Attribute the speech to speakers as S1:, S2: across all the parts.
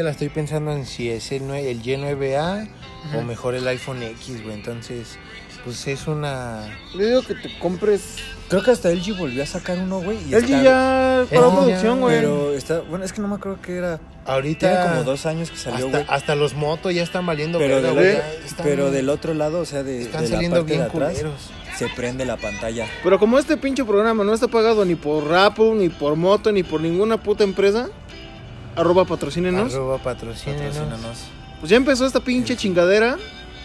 S1: la estoy pensando en si es el, nue- el Y9A o mejor el iPhone X, güey. Entonces, pues es una.
S2: Yo digo que te compres.
S3: Creo que hasta LG volvió a sacar uno, güey. y
S2: El
S3: está-
S2: que ya
S1: El
S2: para
S1: G
S2: producción,
S1: ya,
S2: güey.
S3: Pero está. Bueno, es que no me acuerdo que era.
S1: Ahorita.
S3: Tiene como dos años que salió,
S1: hasta,
S3: güey.
S1: hasta los motos ya están valiendo
S3: Pero,
S1: verga,
S3: del-
S1: güey,
S2: ¿eh?
S1: ya están-
S3: pero del otro lado, o sea, de,
S1: están
S3: de la
S1: saliendo
S3: parte de
S1: bien
S3: atrás,
S1: culeros.
S3: se prende la pantalla.
S2: Pero como este pinche programa no está pagado ni por Rappi, ni por Moto, ni por ninguna puta empresa, arroba patrocínenos.
S1: Arroba patrocínenos.
S3: Patrocínanos.
S2: Pues ya empezó esta pinche chingadera.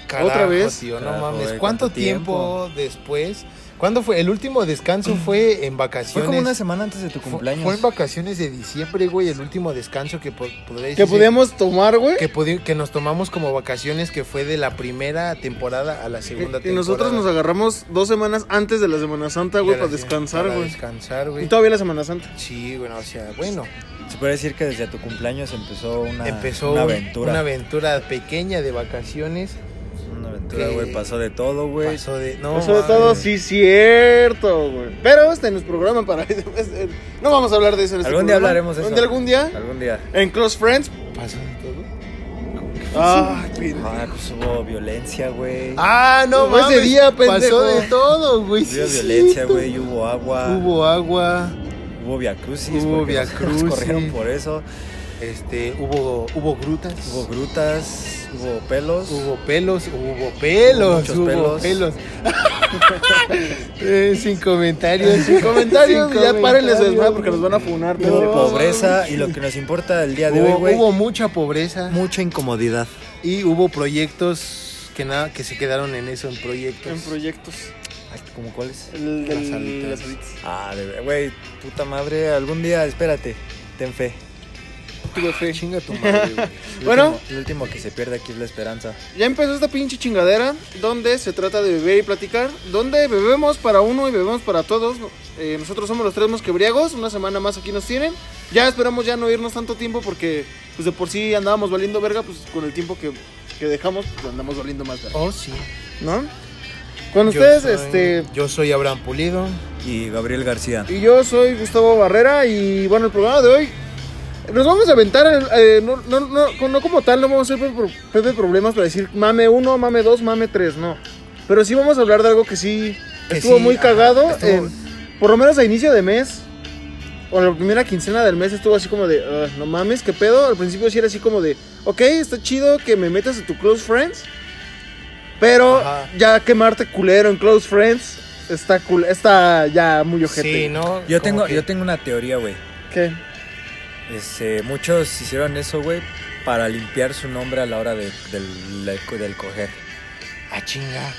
S1: Carajo,
S2: Otra vez.
S1: tío, no
S3: Carajo,
S1: mames.
S3: güey,
S1: ¿Cuánto,
S3: ¿cuánto
S1: tiempo, después? ¿Cuándo fue? El último descanso fue en vacaciones.
S3: Mm. Fue como una semana antes de tu
S1: Fue-
S3: cumpleaños.
S1: Fue en vacaciones de diciembre, güey, el último descanso que po- podría
S2: Que
S1: decirse-
S2: podíamos tomar, güey.
S1: que, pudi- que nos tomamos como vacaciones que fue de la primera temporada a la segunda
S2: Y
S1: temporada.
S2: nosotros nos agarramos dos semanas antes de la Semana Santa, güey,
S1: Ya
S2: para
S1: la-
S2: descansar,
S1: para
S2: güey.
S1: descansar,
S2: Y
S1: güey.
S2: todavía la Semana Santa.
S1: Sí, bueno, o sea, bueno,
S3: Se puede decir que desde tu cumpleaños empezó una,
S1: empezó
S3: una
S1: un-
S3: aventura.
S1: una aventura pequeña de vacaciones.
S3: Una aventura,
S1: que-
S3: güey. Pasó de todo, güey.
S1: Pasó de no,
S2: Sobre
S1: mames.
S2: todo, sí, cierto, güey. Pero este no es programa para eso. No vamos a hablar de eso en este
S3: Algún día
S2: programa.
S3: hablaremos de eso.
S2: ¿De algún día?
S3: Algún día.
S2: En Close Friends.
S1: Pasó de todo.
S2: Ay, pin-
S3: Ah, pues hubo violencia, güey.
S1: Ah, no,
S2: Ese
S1: mames,
S2: día, pendejo.
S1: pasó de todo, güey. sí,
S3: hubo
S1: sí.
S3: violencia, güey. Hubo agua.
S1: Hubo agua,
S3: Hubo viacrucis.
S1: Hubo
S3: porque nos-
S1: viacrucis.
S3: Nos corrieron por eso.
S1: este, hubo hubo grutas,
S3: Hubo grutas. Hubo pelos.
S1: Hubo pelos, hubo pelos,
S3: Muchos
S1: hubo pelos.
S3: pelos.
S1: Eh, sin comentarios, sin
S2: Sin comentarios,
S1: sin
S2: ya párenle su desmadre
S1: comentarios.
S2: porque nos van a funar.
S3: Hubo
S2: pero-
S3: pobreza. Y lo que nos importa el día de
S1: Hubo,
S3: hoy, güey.
S1: hubo mucha pobreza
S3: mucha incomodidad.
S1: y hubo proyectos que nada que se quedaron en eso, en proyectos.
S2: En proyectos.
S3: Ay, ¿Cómo cuáles?
S2: El,
S1: Las
S2: el-
S1: alitas.
S2: las alitas.
S3: Ah, de ver- güey, puta madre, algún día, espérate, ten fe.
S2: Tuve fe.
S3: Chinga tu madre, güey. El
S2: Bueno.
S3: último- el último que se pierde aquí es la esperanza.
S2: Ya empezó esta pinche chingadera donde se trata de beber y platicar, donde bebemos para uno y bebemos para todos. Eh, nosotros somos los tres mosquebriagos, una semana más aquí nos tienen. Ya esperamos ya no irnos tanto tiempo porque pues de por sí andábamos valiendo verga, pues con el tiempo que, que dejamos pues, andamos valiendo más verga,
S1: Oh, sí.
S2: ¿no? Con
S1: Yo
S2: ustedes,
S1: soy-
S2: este...
S1: Yo soy Abraham Pulido.
S3: Y Gabriel García.
S2: Y yo soy Gustavo Barrera y bueno, el programa de hoy nos vamos a aventar, eh, no, no, no, no como tal, no vamos a hacer pro- pro- de problemas para decir mame 1, mame 2, mame 3, no. Pero sí vamos a hablar de algo que sí
S1: Que
S2: estuvo
S1: sí,
S2: muy
S1: ajá,
S2: cagado,
S1: estuvo-
S2: eh, por lo menos a inicio de mes. O la primera quincena del mes estuvo así como de, "Ah, no mames, qué pedo. Al principio sí era así como de, ok, está chido que me metas a tu close friends. Pero
S1: Ajá.
S2: ya quemarte culero en close friends está, cul está ya muy ojete.
S1: Sí, ¿no?
S3: Yo
S1: Como
S3: tengo,
S1: que-
S3: yo tengo una teoría, güey.
S2: ¿Qué?
S3: Este, muchos hicieron eso, güey, para limpiar su nombre a la hora de- del, del, del coger.
S1: Ah, chinga.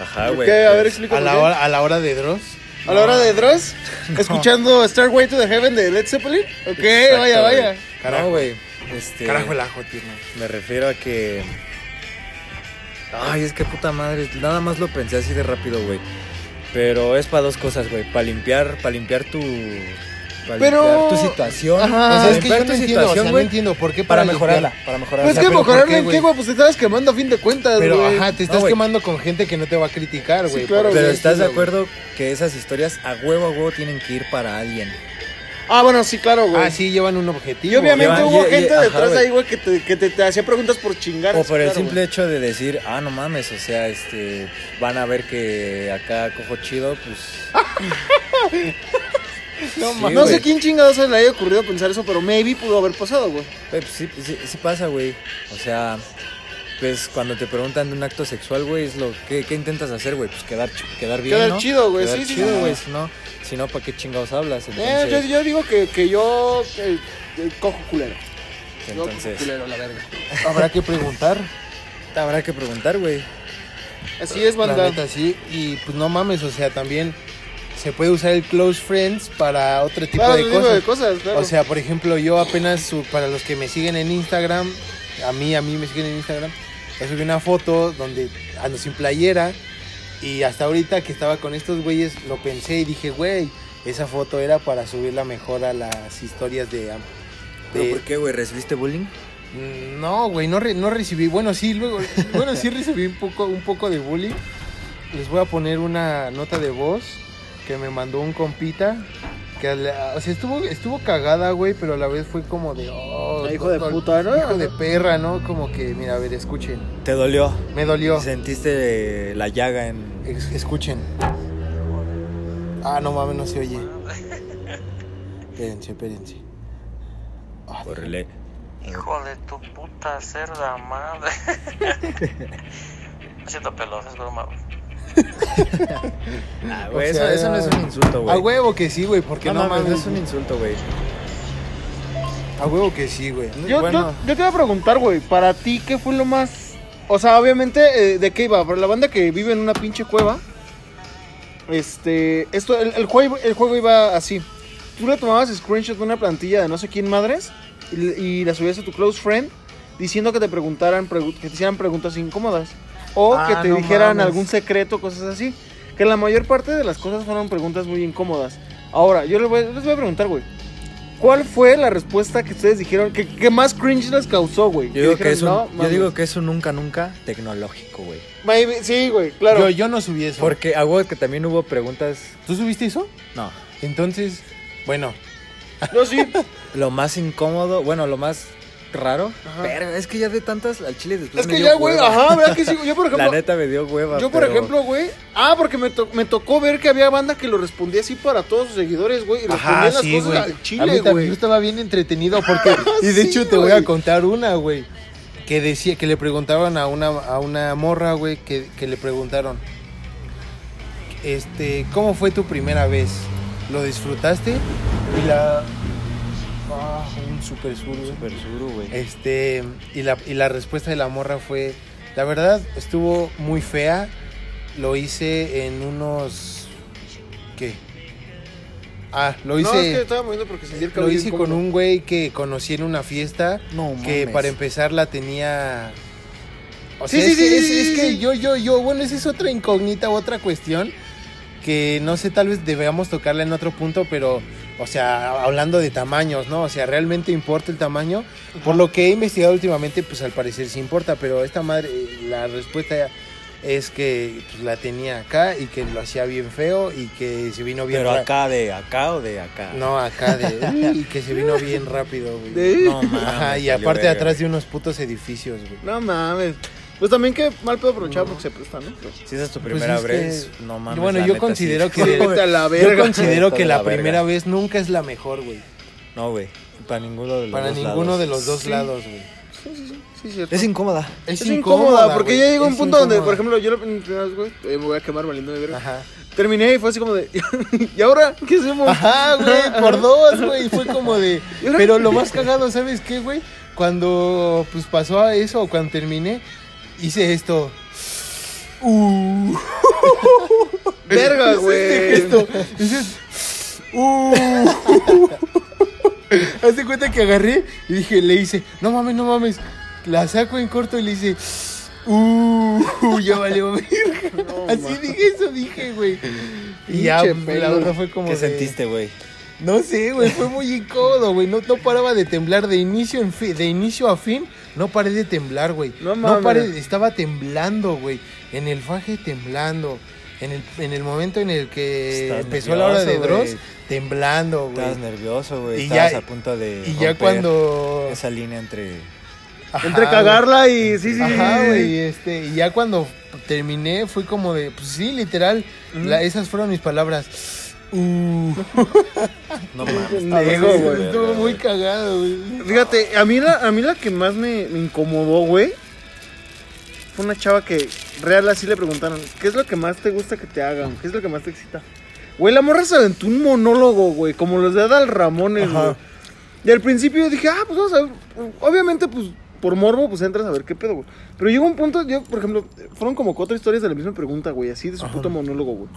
S3: Ajá,
S2: ¿Por
S3: güey.
S2: qué? A ver,
S3: pues,
S2: explica.
S1: A
S2: por
S1: la
S2: qué.
S1: hora, a la hora de Dross.
S2: A la hora de Dross, escuchando Starway to the Heaven de Led Zeppelin. Ok,
S3: Exacto,
S2: vaya,
S3: güey.
S2: vaya.
S1: Carajo.
S3: No, güey. Este,
S1: Carajo el ajo, tío.
S3: Me refiero a que. Ay, es que puta madre. Nada más lo pensé así de rápido, güey. Pero es para dos cosas, güey. Para limpiar, para limpiar tu. Para
S2: Pero-
S3: limpiar tu situación.
S2: Ajá.
S3: O sea,
S1: es que yo
S3: limpiar
S1: no entiendo,
S3: tu
S1: o sea,
S3: situación,
S1: no
S3: güey.
S1: entiendo por qué
S3: para
S1: limpiar-
S3: mejorarla. Para mejorarla.
S2: No es
S1: sea,
S2: que
S1: pero ¿por
S2: mejorarle
S1: qué,
S2: en
S1: güey?
S2: qué, güey, pues te estabas quemando a fin de cuentas,
S1: Pero
S2: güey.
S1: ajá, te estás
S3: güey.
S1: quemando con gente que no te va a criticar, güey.
S2: Sí, claro,
S1: Por-
S3: Pero
S2: güey,
S3: estás de
S1: güey.
S3: acuerdo que esas historias a huevo a huevo tienen que ir para alguien.
S2: Ah, bueno, sí, claro, güey.
S1: Ah, sí, llevan un objetivo.
S2: Y obviamente
S3: Llevan-
S2: hubo
S3: ye- ye-
S2: gente
S3: ajá,
S2: detrás
S3: güey.
S2: ahí, güey, que te, que te, te hacía preguntas por chingar.
S3: O por el
S2: claro,
S3: simple hecho de decir, ah, no mames, o sea, este, van a ver que acá cojo chido, pues.
S2: güey.
S3: Sí,
S2: No, sé
S3: güey.
S2: quién chingados se le haya ocurrido pensar eso, pero maybe pudo haber pasado, güey.
S3: Güey, pues sí, sí, sí pasa, güey. O sea, pues cuando te preguntan de un acto sexual, güey, es lo que ¿qué intentas hacer, güey. Pues quedar, ch- quedar bien,
S2: Quedar
S3: ¿no?
S2: chido, güey,
S3: Quedar
S2: sí, sí, sí.
S3: chido, güey. Si no, si no, ¿para qué chingados hablas?
S2: Eh,
S3: Entonces,
S2: yo, yo digo que, que yo eh, eh, cojo culero. Yo cojo
S3: entonces
S2: culero, la verga.
S1: Habrá que preguntar.
S3: habrá que preguntar, güey.
S2: Así es,
S1: La
S2: banda.
S1: neta, sí. Y pues no mames, o sea, también se puede usar el close friends para otro tipo
S2: Claro,
S1: de
S2: tipo
S1: cosas.
S2: de cosas, claro.
S1: O sea, por ejemplo, yo apenas, su- para los que me siguen en Instagram, a mí, a mí me siguen en Instagram, yo subí una foto donde ando sin playera y hasta ahorita que estaba con estos güeyes lo pensé y dije, güey, esa foto era para subirla mejor a las historias de... am-
S3: ¿Pero
S1: de-
S3: por qué, güey? ¿Recibiste bullying?
S1: Mm, No, güey, no, re- no recibí. Bueno, sí, luego, bueno, sí recibí un poco, un poco de bullying. Les voy a poner una nota de voz que me mandó un compita que, a la- o sea, estuvo, estuvo cagada, güey, pero a la vez fue como de, oh,
S2: Hijo de puta, ¿no?
S1: Hijo de perra, ¿no? Como que, mira, a ver, escuchen.
S3: Te dolió.
S1: Me dolió.
S3: Sentiste la llaga en.
S1: Ex- escuchen. Ah, no mames, no se oye. Espérense, espérense. Ah,
S3: Córrele.
S4: Hijo de tu puta cerda madre. Me siento peloso, es broma, güey.
S3: Ah,
S1: o
S3: güey, eso,
S1: sea,
S3: eso no es un insulto,
S2: Ah,
S3: güey.
S1: A huevo que sí, güey, porque
S3: No,
S1: no,
S3: mames, no
S1: mames.
S3: es un insulto, güey.
S1: A huevo que sí, güey.
S2: Yo,
S3: Bueno.
S2: yo, yo te iba a preguntar, güey, para ti, ¿qué fue lo más. O sea, obviamente, eh, ¿de qué iba? Para la banda que vive en una pinche cueva. Este. Esto, el, el juego, el juego iba así. Tú le tomabas screenshot de una plantilla de no sé quién madres. Y, y la subías a tu close friend. Diciendo que te preguntaran. pregu- que te hicieran preguntas incómodas. O
S1: Ah,
S2: que te
S1: no
S2: dijeran
S1: mames.
S2: algún secreto, cosas así. Que la mayor parte de las cosas fueron preguntas muy incómodas. Ahora, yo les voy, les voy a preguntar, güey. ¿Cuál fue la respuesta que ustedes dijeron que, que más cringe les causó, güey?
S3: Yo digo, que
S2: dijeron,
S3: es un,
S2: "No,
S3: yo
S2: mames".
S3: digo que es un nunca, nunca tecnológico, güey.
S2: Maybe- sí, güey, claro.
S1: Yo, yo no subí eso.
S3: Porque a huevo que también hubo preguntas.
S1: ¿Tú subiste eso?
S3: No.
S1: Entonces, bueno,
S2: No, sí.
S3: Lo más incómodo, bueno, lo más raro.
S2: Ajá.
S3: Pero es que ya de tantas al chile después.
S2: es
S3: me
S2: que
S3: dio
S2: ya, güey,
S3: hueva.
S2: ajá, ¿verdad que sí? Yo, por
S3: La
S2: ejemplo,
S3: neta me dio hueva.
S2: yo, por
S3: pero-
S2: ejemplo, güey. Ah, porque me, to- me tocó ver que había banda que lo respondía así para todos sus seguidores, güey. Y respondían las cosas al
S1: a mí
S2: chile,
S1: también
S2: güey.
S1: yo estaba bien entretenido porque y de
S2: Ah, Sí,
S1: hecho te voy a
S2: güey.
S1: contar una, güey, que decía que le preguntaban a una a una morra, güey, que, que le preguntaron este, ¿cómo fue tu primera vez? ¿Lo disfrutaste? Y la ah, un super sur, güey.
S3: Super suru, güey.
S1: Este, y la, y la respuesta de la morra fue, la verdad, estuvo muy fea. Lo hice en unos... ¿Qué? Ah, lo hice...
S2: No, es que estaba moviendo porque sentí el
S1: Lo
S2: cabello
S1: hice
S2: incómodo.
S1: con un güey que conocí en una fiesta
S3: No
S1: que
S3: mames.
S1: para empezar la tenía. O
S2: Sí,
S1: sea,
S2: sí,
S1: es,
S2: sí, sí,
S1: es-
S2: sí,
S1: es
S2: sí,
S1: que
S2: sí.
S1: yo, yo, yo, bueno, esa es otra incógnita, otra cuestión que no sé, tal vez debamos tocarla en otro punto, pero, o sea, hablando de tamaños, ¿no? O sea, ¿realmente importa el tamaño? Por lo que he investigado últimamente, pues al parecer sí importa, pero esta madre, eh, la respuesta es que pues, la tenía acá y que lo hacía bien feo y que se vino bien
S3: Pero
S1: ra-
S3: acá de acá o de acá.
S1: no, acá de. Y que se vino bien rápido, güey.
S2: De-
S3: No mames.
S1: Ajá, y
S3: valió
S1: aparte
S3: verga.
S1: atrás de unos putos edificios, güey.
S2: No mames. Pues también que mal puedo aprovechar porque se presta, ¿no?
S3: Si esa es tu
S1: Pues
S3: primera
S1: es
S3: vez,
S1: que-
S3: no mames.
S1: bueno,
S3: la
S1: yo
S3: neta,
S1: considero
S3: sí.
S1: que-
S2: Vete a la verga.
S1: Yo considero
S3: Toda
S1: que
S3: la
S1: la,
S3: verga.
S1: primera vez nunca es la mejor, güey.
S3: No, güey. Para ninguno de los
S1: Para
S3: dos
S1: ninguno
S3: lados.
S1: de los dos
S2: Sí.
S1: lados, güey.
S2: Sí, sí, sí, sí, cierto.
S3: Es incómoda.
S2: Es incómoda, porque
S1: güey,
S2: ya llegó un
S1: es
S2: punto donde, por
S1: incómoda.
S2: ejemplo, yo la primera vez, güey, eh, me voy a quemar valiendo de verga.
S1: Ajá.
S2: Terminé y fue así como de, ¿y ahora qué hacemos?
S1: Ajá, güey, por dos, güey. Fue como de.
S2: Y ahora-
S1: Pero lo más cagado, ¿sabes qué, güey? Cuando pues pasó eso, cuando terminé, hice esto. Uh. Hice
S2: Verga,
S1: este
S2: güey.
S1: gesto. Dices. Uh. Hazte cuenta que agarré y dije, le hice, no mames, no mames. La saco en corto y le hice. Uh, ya valió verga. Así dije eso, dije, güey. Y ya,
S2: Pinche
S1: la
S2: pelo.
S1: otra fue como.
S3: ¿Qué
S1: de-
S3: sentiste, güey?
S1: no sé, güey, fue muy incómodo, güey. No, no paraba de temblar de inicio, en fi- de inicio a fin. No paré de temblar, güey.
S2: No mames.
S1: paré, estaba temblando, güey. En el faje temblando. En el, en el momento en el que
S3: Estás
S1: empezó la hora de
S3: nervioso,
S1: Dross,
S3: güey.
S1: temblando, güey.
S3: Estabas nervioso, güey.
S1: Y
S3: Estabas
S1: ya-
S3: a punto de.
S1: Y ya
S3: romper
S1: cuando...
S3: Esa línea entre.
S1: Ajá,
S2: Entre
S1: Ah, güey.
S2: cagarla y sí, sí, sí,
S1: Ajá,
S2: sí,
S1: güey, este, y ya cuando terminé fue como de, pues sí, literal, la- esas fueron mis palabras. Uh,
S3: No mames.
S2: Pendejo,
S3: estabas de
S2: güey.
S3: verga,
S1: estuvo muy cagado, güey.
S2: sí. Fíjate, a mí la, a mí la que más me, me incomodó, güey, fue una chava que real así le preguntaron, ¿qué es lo que más te gusta que te hagan? ¿Qué es lo que más te excita? Güey, la morra se aventó un monólogo, güey, como los de Adal Ramones,
S1: Ajá.
S2: güey. Y al principio dije, ah, pues vamos a ver. Obviamente, pues por morbo, pues entras a ver qué pedo, güey. Pero llegó un punto, yo, por ejemplo, fueron como cuatro historias de la misma pregunta, güey, así de su puto monólogo, güey.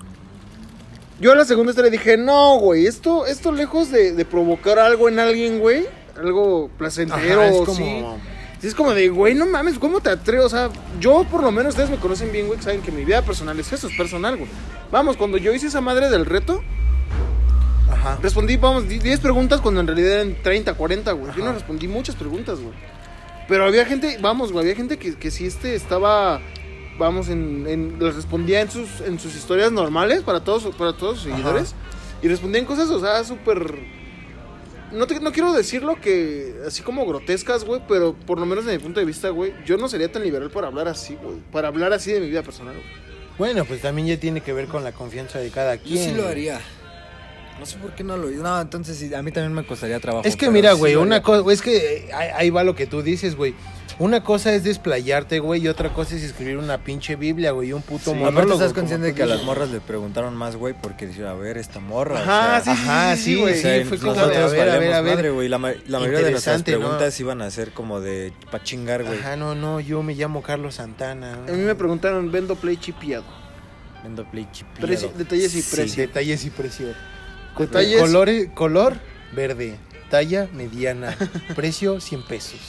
S2: Yo a la segunda historia dije, no, güey, esto, esto lejos de, de provocar algo en alguien, güey, algo placentero,
S1: Ajá, es como-
S2: sí. Sí, es como de, güey, no mames, ¿cómo te atreves? O sea, yo por lo menos ustedes me conocen bien, güey, que saben que mi vida personal es eso, es personal, güey. Vamos, cuando yo hice esa madre del reto,
S1: Ajá.
S2: Respondí, vamos, 10 preguntas cuando en realidad eran 30, 40, güey. Yo no
S1: Ajá.
S2: respondí muchas preguntas, güey. Pero había gente, vamos, güey, había gente que, que sí este estaba, vamos, en, en- les respondía en sus, en sus historias normales para todos, para todos sus seguidores. Y respondían cosas, o sea, súper... No, te- no quiero decirlo que así como grotescas, güey, pero por lo menos desde mi punto de vista, güey, yo no sería tan liberal para hablar así, güey. Para hablar así de mi vida personal, güey.
S1: Bueno, pues también ya tiene que ver con la confianza de cada
S3: Yo
S1: quien.
S3: sí lo
S1: güey.
S3: haría. No sé por qué no lo hice. No, entonces sí, a mí también me costaría trabajo.
S1: Es que
S3: pero
S1: mira,
S3: sí
S1: güey,
S3: lo
S1: una
S3: haría.
S1: cosa, es que eh, ahí ahí va lo que tú dices, güey. Una cosa es desplayarte, güey, y otra cosa es escribir una pinche Biblia, güey, y un puto
S3: Sí,
S1: monólogo.
S3: aparte estás
S1: como
S3: consciente
S1: tú
S3: de que a
S1: dices.
S3: las morras le preguntaron más, güey, porque dijeron, a ver, esta morra. o
S2: Ajá,
S3: sea,
S2: sí,
S1: Ajá,
S2: sí,
S1: Ah, sí,
S2: güey.
S1: güey,
S3: O sea,
S1: sí, fue como de,
S3: nosotros
S1: a ver, a ver, a ver.
S3: madre, güey. La, ma- la mayoría de nuestras
S1: Interesante, ¿no?
S3: preguntas iban a ser como de pa' chingar, güey.
S1: Ajá, no, no, yo me llamo Carlos Santana.
S2: A mí me preguntaron, ¿vendo play chipiado?
S3: Vendo play chipiado.
S2: Preci- detalles y
S3: Sí.
S2: precio.
S1: Detalles y precio.
S2: Detalles.
S1: Colores- color verde. Talla mediana. precio 100 pesos.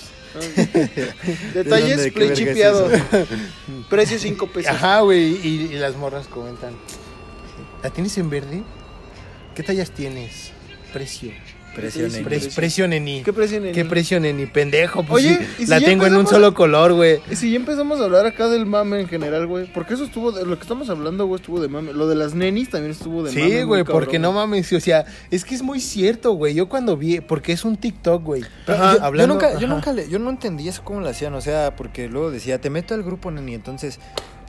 S2: Detalles,
S3: dónde, de qué
S2: play
S3: verga es
S2: chipeado. Precio 5 pesos.
S1: Ajá, güey. Y, y las morras comentan. ¿La tienes en verde? ¿Qué tallas tienes? Precio.
S3: Presión
S2: Sí,
S3: en-
S1: Pre-
S2: precio.
S1: precio neni.
S2: ¿Qué precio neni?
S1: ¿Qué precio neni? Pendejo. Pues,
S2: Oye,
S1: sí,
S2: ¿y si
S1: la
S2: ya
S1: tengo en un
S2: empezamos?
S1: solo color, güey.
S2: Y si ya empezamos a hablar acá del mame en general, güey. Porque eso estuvo, de, lo que estamos hablando, güey, estuvo de mame. Lo de las nenis también estuvo de mame.
S1: Sí,
S2: muy
S1: güey,
S2: cabrón,
S1: porque no mames, o sea, es que es muy cierto, güey. Yo cuando vi, porque es un TikTok, güey. Yo-
S3: yo nunca, yo
S1: ajá.
S3: nunca le- yo no entendí eso cómo lo hacían, o sea, porque luego decía, te meto al grupo, neni, entonces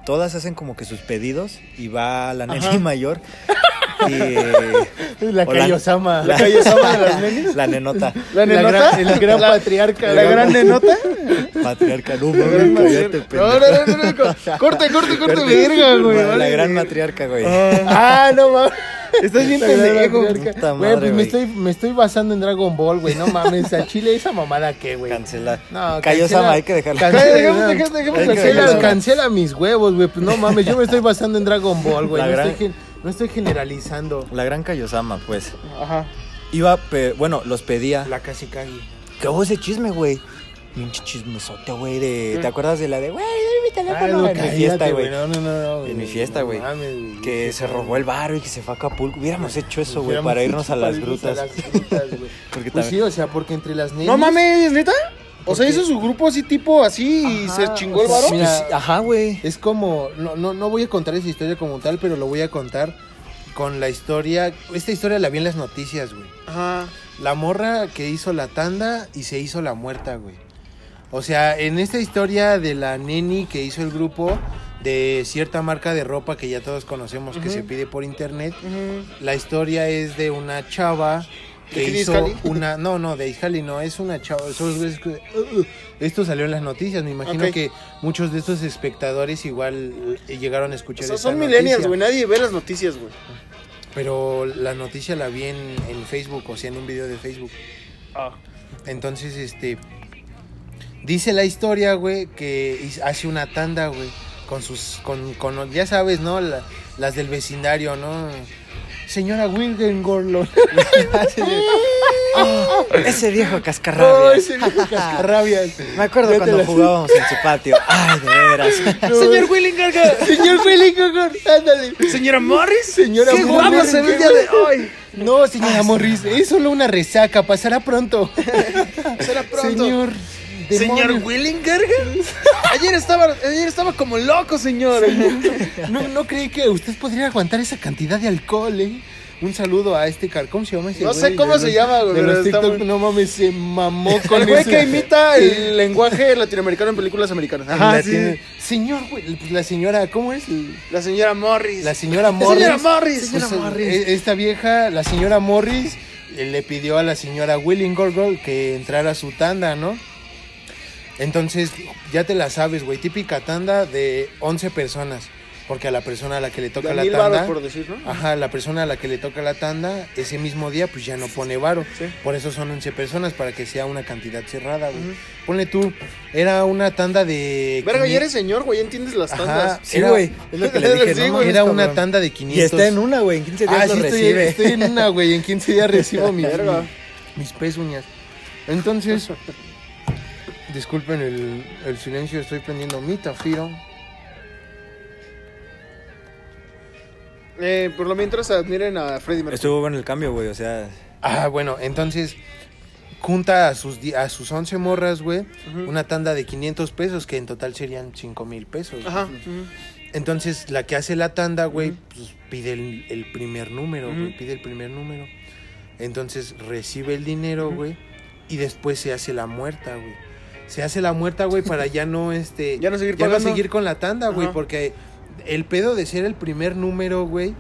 S3: todas hacen como que sus pedidos y va la neni mayor y
S1: La
S3: Hola.
S1: Kaiosama.
S2: La calle Sama de las nenis.
S3: la nenota,
S1: La
S2: La nenota.
S1: gran- el gran
S2: La-
S1: patriarca,
S2: La
S1: güey.
S2: gran nenota.
S3: patriarca, no,
S2: La
S3: mames,
S2: gran
S3: cállate,
S2: matriarca. No,
S3: pendejo.
S2: no, no, no, no, Corte, corte, corte, verga, güey.
S3: La,
S2: vale,
S3: gran
S2: güey.
S3: matriarca, güey.
S1: Ah, no mames.
S2: Estás bien
S1: La gran
S2: pendejo.
S1: matriarca.
S3: Puta
S1: Güey,
S3: madre,
S1: pues me
S3: güey.
S1: estoy, me estoy basando en Dragon Ball, güey. No mames, a Chile esa mamada qué, güey.
S3: Cancela.
S1: No,
S3: Cayó
S1: cancela-
S3: Sama, hay que dejarla.
S1: cancela-
S2: Dejemos- dejemos- dejemos
S1: cancela-
S3: cancelarla.
S1: cancela mis huevos, güey. Pues no mames, yo me estoy basando en Dragon Ball, güey.
S3: La
S1: No,
S3: gran-
S1: estoy gen- no estoy generalizando.
S3: La gran Kayosama, pues.
S2: Ajá.
S3: Iba, pe- bueno, los pedía.
S1: La Kasikagi.
S3: ¿Qué hubo ese chisme, güey? Pinche chismesote, güey. de- ¿Te acuerdas de la de, güey, mi
S1: Mm. Ah,
S3: teléfono?
S1: no,
S3: en mi
S1: cállate,
S3: fiesta, güey.
S1: No, no, no,
S3: En mi fiesta, güey.
S1: No mames, güey.
S3: Que se robó el bar y que se fue a Acapulco. Hubiéramos hecho eso, güey, para irnos a las grutas.
S1: güey.
S3: Porque
S1: Pues sí,
S3: también.
S1: o sea, porque entre las nenas.
S2: No mames, neta. O sea,
S1: Porque-
S2: hizo su grupo así, tipo así, y
S1: Ajá,
S2: se chingó el
S1: o sea,
S2: varón.
S1: sí. Mira.
S3: Pues, ajá, güey.
S1: Es como, no, no, no voy a contar esa historia como tal, pero lo voy a contar con la historia. Esta historia la vi en las noticias, güey.
S2: Ajá.
S1: La morra que hizo la tanda y se hizo la muerta, güey. O sea, en esta historia de la neni que hizo el grupo de cierta marca de ropa que ya todos conocemos que
S2: Ujú.
S1: se pide por internet,
S2: Ujú.
S1: la historia es de una chava que
S2: ¿De qué de
S1: hizo
S2: Iscali?
S1: una no no de Iscali no es una chava eso es- es- esto salió en las noticias me imagino
S2: Ok.
S1: que muchos de estos espectadores igual eh, llegaron a
S2: O
S1: escuchar
S2: sea,
S1: esta
S2: son millennials,
S1: noticia.
S2: güey. Nadie ve las noticias, güey.
S1: pero la noticia la vi en, en Facebook o sea en un video de Facebook entonces este dice la historia güey que hiz- hace una tanda güey con sus con, con- ya sabes no La- las del vecindario no señora Wilgen Gorlon
S3: Ese viejo cascarrabia.
S1: Cascarrabias.
S3: Me acuerdo
S1: Vete
S3: cuando
S1: la-
S3: jugábamos en su patio. Ay, de veras.
S2: Señor Willingarga.
S1: Señor Félix Gogor, ándale.
S2: Señora Morris.
S1: Señora
S2: Qué guapo
S1: Morris,
S2: se ve el
S1: qué
S2: día de
S1: guapo.
S2: hoy. Ah,
S1: No, señora Morris, es solo una resaca, pasará pronto.
S2: Será pronto.
S1: Señor.
S2: Señor
S1: demonio.
S2: Willingarga. Ayer estaba, ayer estaba como loco, señor.
S1: No, no creí que usted podría aguantar esa cantidad de alcohol, eh. Un saludo a este car. ¿Cómo se llama ese
S2: No
S1: güey?
S2: sé
S1: De
S2: cómo
S1: los-
S2: se llama, güey,
S1: de los
S2: pero está
S1: TikTok,
S2: muy-
S1: no mames, se mamó con
S2: El güey
S1: ese-
S2: que imita el lenguaje latinoamericano en películas americanas.
S1: La
S2: Ajá, sí.
S1: tiene- Señor, güey, pues la señora, ¿cómo es?
S2: La señora Morris.
S1: La señora
S2: La
S1: Morris.
S2: señora Morris. eh,
S1: Pues, e- Esta vieja, la señora Morris, eh, le pidió a la señora Willing Gorgol que entrara a su tanda, ¿no? Entonces, ya te la sabes, güey. Típica tanda de 11 personas. Porque a la persona a la que le toca
S2: De mil
S1: la
S2: varos,
S1: tanda.
S2: por decir, ¿no?
S1: Ajá, la persona a la que le toca la tanda, ese mismo día, pues ya no pone varo. Por eso son 11 personas, para que sea una cantidad cerrada, güey. Ponle tú, era una tanda de.
S2: Verga, ya
S1: 500
S2: eres señor, güey, ya entiendes las
S1: Ajá.
S2: tandas.
S3: Sí, güey. Es lo que le dije,
S2: Sí, güey,
S3: ¿no? mames,
S1: Era una
S3: cabrón.
S1: tanda de
S3: Y
S1: 500.
S3: está en una, güey. En 15 días
S1: Ah,
S3: lo
S1: sí, estoy,
S3: recibe.
S1: estoy en una, Ah, güey. En 15 días recibo mis,
S2: Verga.
S1: mis pezuñas. Entonces, disculpen el, el silencio, estoy prendiendo mi tafiro.
S2: Eh, por lo mientras admiren a Freddy Mercury.
S3: Estuvo bueno el cambio, güey. O sea,
S1: Ah, bueno, entonces junta a sus, di- a sus 11 morras, güey, una tanda de 500 pesos, que en total serían 5 mil pesos. güey.
S2: Ajá.
S1: Entonces, la que hace la tanda, güey,
S2: Ujú.
S1: pues, pide el, el primer número,
S2: Ujú.
S1: güey, pide el primer número. Entonces, recibe el dinero,
S2: Ujú.
S1: güey, y después se hace la muerta, güey. Se hace la muerta, güey, para ya no, este...
S2: Ya no seguir
S1: ya no
S2: pagando.
S1: seguir con la tanda, güey,
S2: Ajá.
S1: porque el pedo de ser el primer número, güey,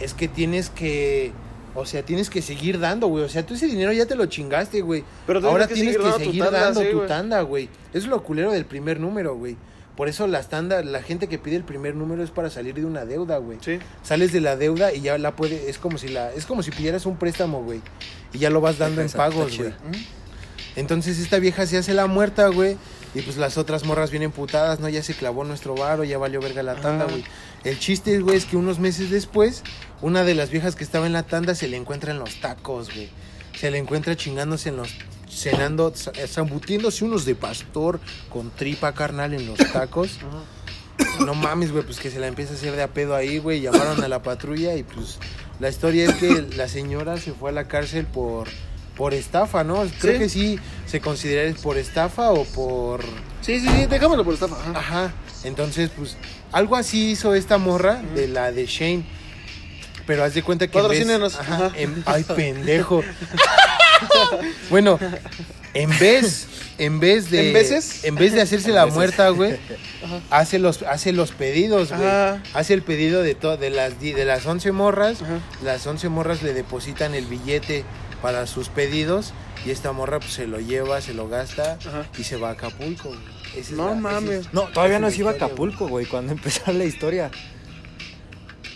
S1: es que tienes que... O sea, tienes que seguir dando, güey. O sea, tú ese dinero ya te lo chingaste, güey.
S2: Pero tienes
S1: Ahora
S2: que
S1: tienes
S2: seguir
S1: que
S2: dando tu
S1: seguir
S2: tanda,
S1: dando
S2: sí,
S1: tu
S2: güey.
S1: tanda, güey. Es lo culero del primer número, güey. Por eso las tandas, la gente que pide el primer número es para salir de una deuda, güey.
S2: Sí.
S1: Sales de la deuda y ya la puede, es como si la, es como si pidieras un préstamo, güey. Y ya lo vas dando en
S3: Está- está
S1: pagos,
S3: chida.
S1: güey. Entonces esta vieja se hace la muerta, güey. Y pues las otras morras vienen putadas, ¿no? Ya se clavó nuestro varo, ya valió verga la tanda,
S2: Ah.
S1: güey. El chiste, güey, es que unos meses después, una de las viejas que estaba en la tanda se le encuentra en los tacos, güey. Se le encuentra chingándose en los. cenando, sa- eh, zambutiéndose unos de pastor con tripa carnal en los tacos. No mames, güey, pues que se la empieza a hacer de a pedo ahí, güey. Llamaron a la patrulla y pues la historia es que la señora se fue a la cárcel por por estafa, ¿no? Creo
S2: Sí.
S1: que sí se considera por estafa o por
S2: Sí, sí, sí, déjamelo por estafa. ajá.
S1: ajá. Entonces, pues algo así hizo esta morra de la de Shane. Pero haz de cuenta que en vez-
S2: Patrocínenos.
S1: ajá,
S2: Ajá.
S1: en- ay pendejo. bueno, en vez en vez de
S2: ¿En veces?
S1: en vez de hacerse la muerta, güey, hace los hace los pedidos, güey.
S2: Ajá.
S1: Hace el pedido de to- de las di- de las 11 morras,
S2: Ajá.
S1: las 11 morras le depositan el billete para sus pedidos y esta morra pues, se lo lleva, se lo gasta
S2: Ajá.
S1: y se va a Acapulco. güey. Esa es
S2: No
S1: la- esa
S2: mames.
S1: es-
S3: No, todavía
S1: esa
S3: no
S1: es
S3: se
S1: la
S3: iba a
S1: historia, güey.
S3: Acapulco, güey, cuando empezó la historia.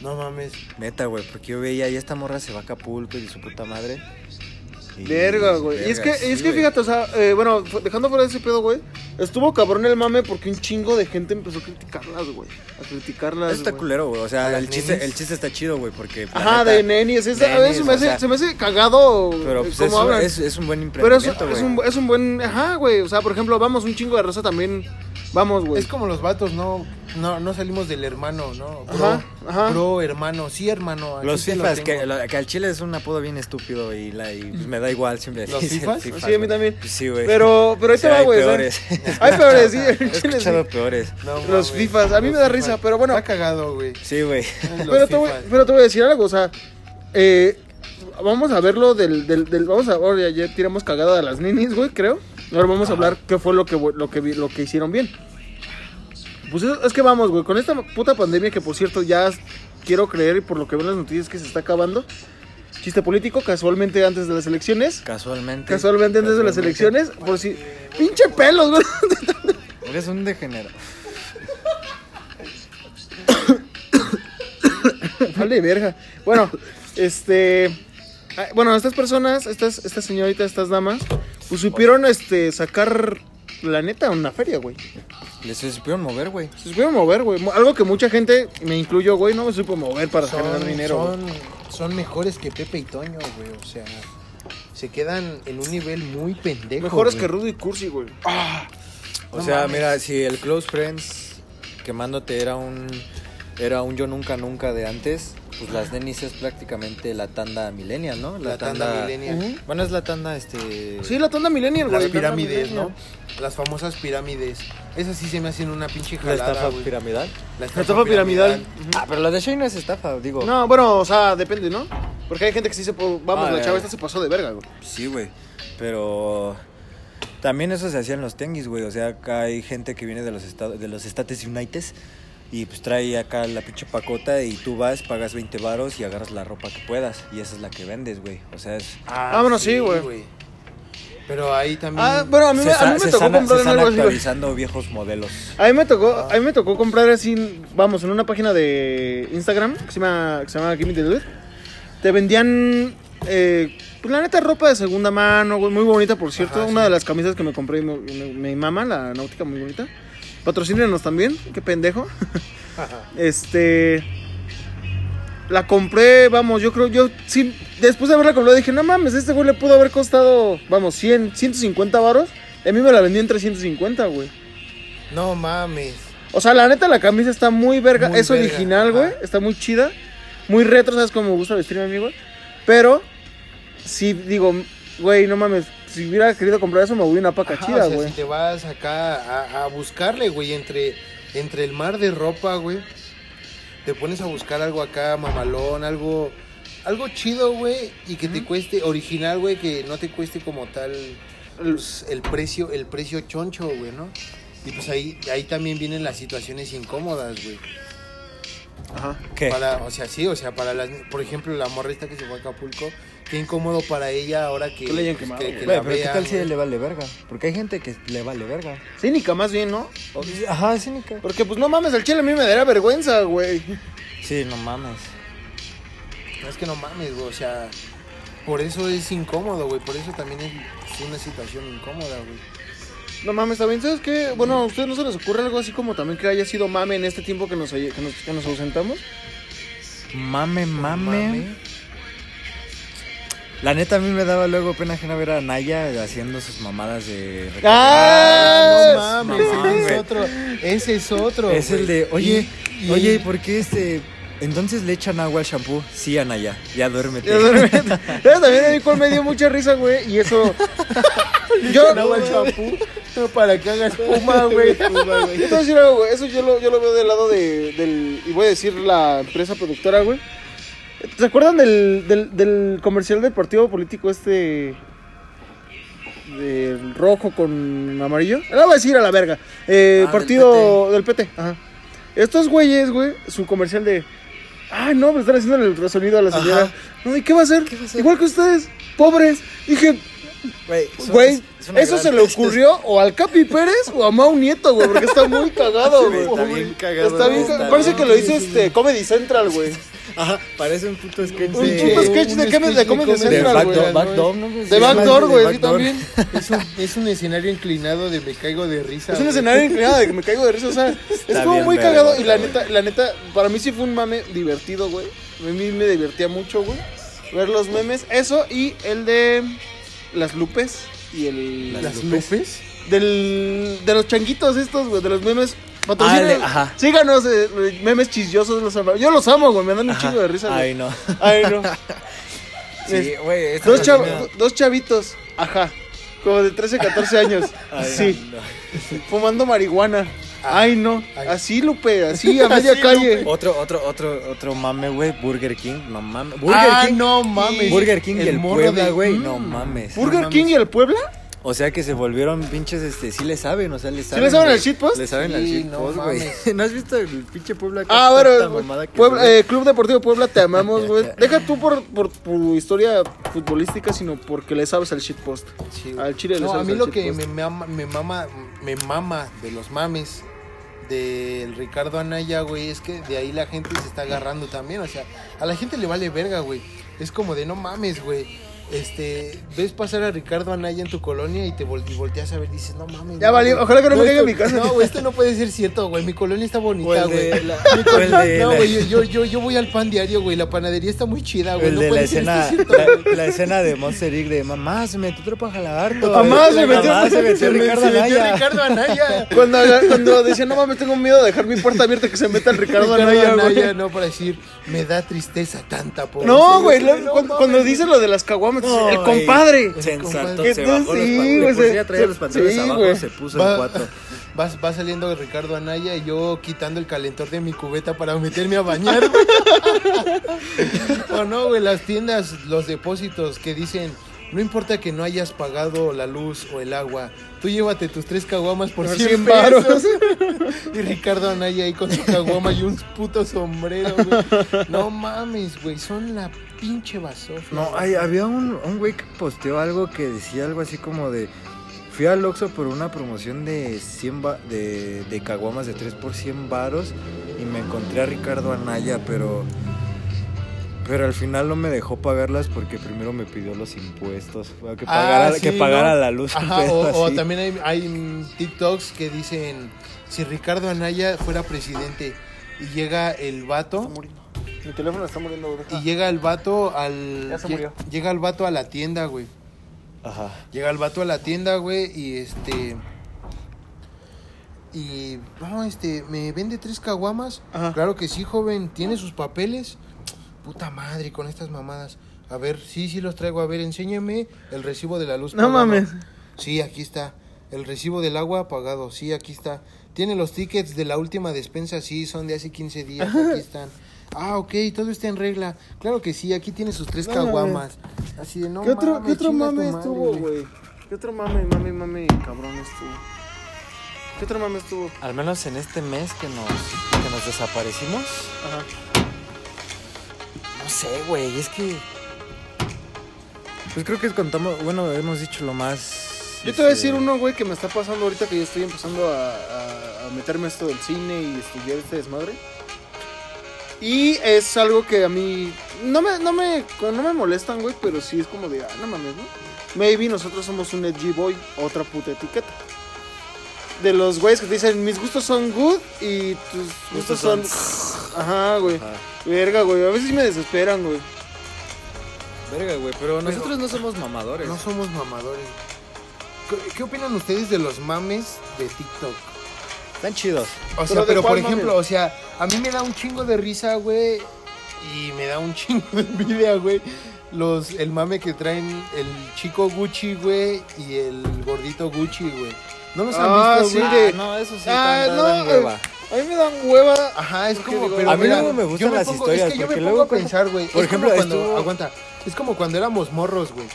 S1: No mames.
S3: Neta, güey, porque yo veía, y esta morra se va a Acapulco y su puta madre. Y-
S2: Verga, güey. Y es que,
S3: verga, sí,
S2: es que
S3: güey.
S2: fíjate, o sea, eh, bueno, fu- dejando fuera ese pedo, güey, estuvo cabrón el mame porque un chingo de gente empezó a criticarlas, güey. A criticarlas.
S3: Está
S2: güey.
S3: culero, güey. O sea,
S1: Las
S3: el chiste,
S1: nenis.
S3: el chiste está chido, güey, porque. la
S2: Ajá,
S3: neta-
S2: de nenis. Es, a
S3: Nenis,
S2: veces me
S3: o
S2: hace,
S3: sea,
S2: se me hace cagado.
S3: Pero
S2: eh,
S3: pues,
S2: cómo
S3: eso,
S2: hablan.
S3: es, es un buen
S2: Pero es,
S3: emprendimiento,
S2: es
S3: güey.
S2: un, es un buen. Ajá, güey. O sea, por ejemplo, vamos, un chingo de raza también. Vamos, güey.
S1: Es como los vatos, no, no, no salimos del hermano, ¿no? Bro,
S2: Ajá, ajá.
S1: bro, hermano, sí, hermano. aquí
S3: Los
S1: te lo
S3: FIFAs,
S1: tengo.
S3: que, la- que al chile es un apodo bien estúpido y, la, y pues, me da igual siempre.
S1: ¿Los
S3: decir
S1: Fifas?
S3: Fifas,
S2: Sí, a mí
S3: güey.
S2: también.
S3: Pues sí, güey.
S2: Pero, pero ahí
S3: O
S2: te
S3: sea,
S2: va,
S3: hay
S2: güey. o sea,
S3: peores.
S2: Hay peores, sí.
S3: He escuchado peores.
S1: No
S2: Los
S1: mames.
S2: fifas. A mí
S1: Los
S2: me da
S1: fifas.
S2: risa, pero bueno.
S1: Está cagado, güey.
S3: Sí, güey.
S1: Los
S2: pero, te voy,
S1: fifas.
S2: pero te voy a decir algo, o sea, eh, vamos a verlo del, del, del- vamos a, ahora ya ya tiramos cagada de las ninis, güey, creo. Ahora vamos a hablar qué fue lo que, bu- lo que, vi- lo que hicieron bien. Pues es, es que vamos, güey, con esta puta pandemia que por cierto ya quiero creer y por lo que veo en las noticias que se está acabando. Chiste político, casualmente antes de las elecciones.
S3: Casualmente.
S2: Casualmente antes de las
S3: Casualmente.
S2: elecciones, por si... Pinche pelos, güey.
S3: Eres un degenerado.
S2: Vale, verga. Bueno, este. ah, Bueno, estas personas, estas, estas señoritas, estas damas, pues supieron este, sacar la neta a una feria, güey.
S3: Les supieron mover, güey.
S2: Se supieron mover, güey. Mo- Algo que mucha gente, me incluyo, güey, no me supo mover para generar
S1: Son-
S2: dinero. güey.
S1: Son, son mejores que Pepe y Toño, güey. O sea, se quedan en un nivel muy pendejo.
S2: Mejores
S1: güey.
S2: que Rudy Cursi, güey.
S3: O
S1: No
S3: sea,
S1: mames.
S3: mira, si el Close Friends quemándote era un era un yo nunca nunca de antes, pues las nenis es prácticamente la tanda millennial, ¿no?
S1: La tanda millennial. Pues
S3: Ujú. Bueno, es la tanda este
S2: Sí, la tanda millennial, güey.
S1: Las
S2: la tanda
S1: pirámides,
S2: millennial.
S1: ¿no? Las famosas pirámides. Esas sí se me hacen una pinche
S3: la
S1: jalada,
S3: estafa
S1: güey.
S3: piramidal.
S1: La
S2: La estafa piramidal.
S3: Ah, pero la de Shane no es estafa, digo.
S2: No, bueno, o sea, depende, ¿no? Porque hay gente que se dice, pues, vamos,
S3: Ah,
S2: la
S3: ya,
S2: chava
S3: ya.
S2: esta se pasó de verga, güey.
S3: Sí, güey. Pero también eso se hacía en los tianguis, güey. O sea, acá hay gente que viene de los estados, de los Estates United y pues trae acá la pinche pacota y tú vas, pagas 20 varos y agarras la ropa que puedas y esa es la que vendes, güey. O sea, es
S1: Ah,
S2: bueno, sí, güey.
S1: Pero ahí también.
S2: Ah, bueno, a mí, me- a mí
S3: sa-
S2: me tocó
S3: están-
S2: comprar
S3: se
S2: en
S3: están
S2: algo así, güey.
S3: actualizando viejos modelos.
S2: A mí me tocó, a mí me tocó comprar así, vamos, en una página de Instagram que se llama, que se llama Gimme the Loot. Te vendían, eh, pues, la neta, ropa de segunda mano, güey, muy bonita, por cierto.
S1: Ajá,
S2: una
S1: sí.
S2: de las camisas que me compré y me, me- me mama, la náutica, muy bonita. Patrocínenos también, qué pendejo.
S1: Ajá.
S2: Este. La compré, vamos, yo creo, yo sí, después de haberla comprado dije, no mames, este güey le pudo haber costado, vamos, 100, 150 varos. y A mí me la vendí en 350, güey.
S1: No mames.
S2: O sea, la neta, la camisa está muy verga.
S1: Muy
S2: es
S1: verga,
S2: original, güey.
S1: ajá.
S2: Está muy chida. Muy retro, ¿sabes cómo me gusta vestirme a mí, güey? Pero, sí, digo, güey, no mames. Si hubiera querido comprar eso, me voy a una paca
S1: Ajá,
S2: chida,
S1: o sea,
S2: güey.
S1: si te vas acá a, a buscarle, güey, entre, entre el mar de ropa, güey. te pones a buscar algo acá, mamalón, algo, algo chido, güey, y que te cueste, original, güey, que no te cueste como tal pues, el precio, el precio choncho, güey, ¿no? Y pues ahí, ahí también vienen las situaciones incómodas, güey.
S2: Ajá.
S3: ¿Qué?
S1: Para, o sea, sí, o sea, para las, por ejemplo, la morra esta que se fue a Acapulco, qué incómodo para ella ahora que,
S2: Que le hayan
S1: pues,
S2: quemado,
S1: que-
S2: güey.
S1: que
S3: Güey,
S1: la
S3: pero ¿qué
S1: vean,
S3: tal si
S1: güey.
S3: le vale verga? Porque hay gente que le vale verga.
S2: Cínica más bien, ¿no?
S3: Ajá, es cínica.
S2: Porque pues no mames, el chile a mí me daría vergüenza, güey.
S3: Sí, no mames.
S1: No, Es que no mames, güey, o sea, por eso es incómodo, güey, por eso también es es una situación incómoda, güey.
S2: No mames, también, ¿sabes qué? Bueno, ¿a ustedes no se les ocurre algo así como también que haya sido mame en este tiempo que nos, que nos, que nos ausentamos?
S3: Mame, mame,
S1: Mame.
S3: La neta a mí me daba luego pena ajena ver a Naya haciendo sus mamadas de...
S2: ¡Ah!
S1: No mames,
S3: Mamón,
S1: ese
S3: güey.
S1: es otro, ese es otro.
S3: Es el
S1: güey.
S3: de, oye,
S1: Y- y-
S3: oye, ¿por qué este...? Entonces le echan agua al shampoo. Sí, Anaya, ya duérmete.
S2: Ya duerme. ¿Sabes también a mí cuál me dio mucha risa, güey? Y eso... Yo...
S1: No, el champú para que hagas puma, güey.
S2: Yo te voy a decir algo, güey. Eso yo lo, yo lo veo del lado de, del. Y voy a decir la empresa productora, güey. ¿Se acuerdan del, del, del comercial del partido político este. Del rojo con amarillo? Lo voy a decir a la verga. Eh,
S3: Ah,
S2: partido del PT. Ajá. Estos güeyes, güey, su comercial de. Ah, no, pero están haciendo el sonido a la
S1: Ajá.
S2: señora. No, ¿y qué va a hacer?
S3: ¿Qué va a hacer?
S2: Igual que ustedes, pobres. Dije,
S3: Güey,
S2: Güey, eso se le ocurrió o al Capi Pérez o a Mau Nieto, güey, porque está muy cagado,
S3: Sí,
S2: güey.
S3: está bien cagado,
S2: Está bien
S3: está
S2: ca- Parece
S3: bien,
S2: que lo hizo
S1: sí,
S2: este Comedy Central, güey.
S3: Ajá, parece un puto sketch
S2: Un
S3: de...
S2: puto sketch de Comedy- de Comedy
S3: De
S2: Central,
S3: backdoor,
S2: güey.
S3: backdoor, ¿no?
S2: De Backdoor, güey, sí, también.
S1: Es un, es un escenario inclinado de me caigo de risa.
S2: Es un
S1: güey.
S2: escenario inclinado de que me caigo de risa, o sea, estuvo
S3: bien
S2: muy
S3: verga,
S2: cagado y la
S3: güey.
S2: neta, la neta, para mí sí fue un mame divertido, güey. A mí me divertía mucho, güey, ver los memes. Eso y el de las lupes y el...
S1: Las lupes.
S2: del, de los changuitos estos, güey, de los memes.
S3: Ah,
S2: Patrocinen,
S3: de- ajá.
S2: síganos, eh, memes chisillosos, los amo. Yo los amo, güey, me dan un
S3: Ajá.
S2: chingo de risa, güey.
S3: Ay, no.
S2: Ay, no.
S3: Sí, güey. esta
S2: Dos, chav-
S3: pandemia-
S2: do- dos chavitos, ajá, como de 13, 14 años,
S3: Ay,
S2: sí,
S3: no.
S2: fumando marihuana. Ay, no,
S1: Ay.
S2: así, Lupe, así, a media
S1: Así,
S2: calle.
S3: Otro, otro, otro, otro mame, güey. Burger King, no mames. Burger
S1: Ah,
S3: King.
S1: no mames.
S3: Burger King y el
S1: morro
S3: Puebla,
S1: de-
S3: güey.
S1: Mm.
S3: No mames.
S2: ¿Burger
S1: No mames.
S2: King y el Puebla?
S3: O sea que se volvieron pinches, este, sí le saben, o sea, le saben.
S2: le saben
S3: güey.
S2: al shitpost?
S3: Le saben al
S1: Sí,
S3: shitpost,
S1: no
S3: güey.
S1: mames.
S3: ¿No has visto el pinche Puebla? que
S2: Ah,
S3: es tanta
S2: bueno,
S3: mamada que
S2: Puebla-
S3: sube?
S2: eh, Club Deportivo Puebla, te amamos, güey. Deja tú por, por tu historia futbolística, sino porque le sabes al shitpost.
S1: Sí,
S2: Al chile le
S1: no, a
S2: sabes
S1: mí
S2: al
S1: lo que me
S2: shitpost.
S1: mama, me mama me mama de los mames del Ricardo Anaya, güey, es que de ahí la gente se está agarrando también, o sea, a la gente le vale verga, güey. Es como de no mames, güey. Este, ves pasar a Ricardo Anaya en tu colonia y te vol- y volteas a ver, dices, no mames.
S2: Ya
S1: no,
S2: valió,
S1: güey.
S2: ojalá que no me caiga
S1: esto-
S2: en mi casa.
S1: No, güey, esto no puede ser cierto, güey. Mi colonia está
S3: O
S1: bonita,
S3: el de
S1: güey.
S3: la-
S1: Mi
S3: o el de
S1: col- No,
S3: la-
S1: güey, yo, yo, yo, yo voy al pan diario, güey. La panadería está muy
S2: Ah,
S1: chida, güey.
S3: El
S1: no
S3: de la
S1: puede ser esto
S3: escena,
S1: cierto,
S3: la,
S1: güey.
S3: la escena de Monster Inc. de mamá se metió otro pajalagarto.
S2: Mamá,
S3: güey.
S2: se metió-
S3: Mamá, se metió Ricardo
S1: Se metió
S3: Anaya.
S1: Ricardo Anaya.
S2: Cuando, haga- cuando decía, no mames, tengo miedo de dejar mi puerta abierta que se meta el Ricardo Anaya, güey".
S1: no para decir, me da tristeza tanta pobreza.
S2: No, güey, lo-
S1: No,
S2: cuando,
S1: mames.
S2: cuando dice lo de las caguamas, dice,
S3: No,
S2: el
S3: güey.
S2: compadre.
S3: Se ensartó,
S2: Que
S3: se
S2: tú
S3: bajó los
S2: sí,
S3: pantalones.
S2: güey,
S3: De por sí
S2: se-
S3: ya traía los
S2: se-
S3: pantalones
S2: sí,
S3: abajo,
S2: güey.
S3: se puso
S1: Va-
S3: en cuatro.
S1: Va, va saliendo Ricardo Anaya y yo quitando el calentor de mi cubeta para meterme a bañar. güey. o no, güey, las tiendas, los depósitos que dicen, no importa que no hayas pagado la luz o el agua, tú llévate tus tres caguamas por
S2: Por
S1: 100
S2: 100 varos".
S1: pesos. y Ricardo Anaya ahí con su caguama y un puto sombrero, güey. No mames, güey, son la pinche basofia.
S3: No,
S1: güey.
S3: hay- había un, un güey que posteó algo que decía algo así como de... Fui al Oxxo por una promoción de 100 va- de, de caguamas de 3 por 100 varos y me encontré a Ricardo Anaya, pero... Pero al final no me dejó pagarlas porque primero me pidió los impuestos. Que
S1: Ah,
S3: pagara,
S1: sí,
S3: que pagara
S1: ¿no?
S3: la luz. un
S1: Ajá,
S3: pedo
S1: o, o
S3: así.
S1: también hay, hay, mm, TikToks que dicen, si Ricardo Anaya fuera presidente y llega el vato,
S2: Mi teléfono está muriendo, güey.
S1: y llega el vato al...
S2: Ya se
S1: lle-
S2: murió.
S1: Llega el vato a la tienda, güey.
S3: Ajá.
S1: Llega el vato a la tienda, güey, y este... Y, vamos, este, ¿me vende tres caguamas?
S2: Ajá.
S1: Claro que sí, joven, ¿tiene sus papeles? Puta madre, con estas mamadas. A ver, sí, sí los traigo, a ver, enséñame el recibo de la luz.
S2: No
S1: pagada.
S2: mames.
S1: Sí, aquí está. El recibo del agua pagado, sí, aquí está. Tiene los tickets de la última despensa, sí, son de hace 15 días, aquí están. Ah, ok, todo está en regla. Claro que sí, aquí tiene sus tres
S2: No
S1: caguamas. Así de no
S2: ¿Qué otro,
S1: mames,
S2: ¿qué otro
S1: chinga tu
S2: mame
S1: madre,
S2: estuvo, güey? ¿Qué otro mame, mame, mame, cabrón estuvo? ¿Qué otro mame estuvo?
S3: Al menos en este mes que nos, que nos desaparecimos.
S2: Ajá.
S3: No sé, güey, es que... Pues creo que contamos, bueno, hemos dicho lo más...
S2: Yo te voy a
S3: este,
S2: decir uno, güey, que me está pasando ahorita que yo estoy empezando a, a- a meterme a esto del cine y estudiar este desmadre. Y es algo que a mí no me, no me, no me molestan, güey, pero sí es como de, ah, no mames, ¿no? Maybe nosotros somos un edgy boy, otra puta etiqueta. De los güeyes que te dicen, mis gustos son good y tus gustos,
S3: Gustos
S2: son...
S3: son-
S2: Ajá, güey.
S3: Ajá.
S2: Verga, güey. A veces sí me desesperan, güey.
S3: Verga, güey, pero nosotros no somos mamadores.
S1: No somos mamadores. ¿Qué- ¿Qué opinan ustedes de los mames de TikTok?
S3: Están chidos.
S1: O
S2: ¿Pero
S1: sea,
S2: de
S1: pero por
S2: cuál mame?
S1: ejemplo, o sea, a mí me da un chingo de risa, güey, y me da un chingo de envidia, güey. Los, el mame que traen el chico Gucci, güey, y el gordito Gucci, güey. ¿No los han
S2: Ah,
S1: visto,
S2: sí,
S1: güey?
S2: de-
S3: no, eso sí,
S2: Ah,
S3: tan-
S2: no,
S3: dan
S2: eh,
S3: hueva.
S2: A mí me dan hueva.
S1: Ajá, es
S2: Porque
S1: como,
S2: digo,
S1: pero
S2: a mí
S1: mira,
S3: luego me gustan
S1: yo
S3: las
S1: pongo-
S3: historias,
S1: es que yo me
S3: porque
S1: pongo
S3: luego
S1: a pensar, güey.
S3: por
S1: es como
S3: ejemplo,
S1: cuando,
S3: estuvo-
S1: aguanta, es como cuando éramos morros, güey.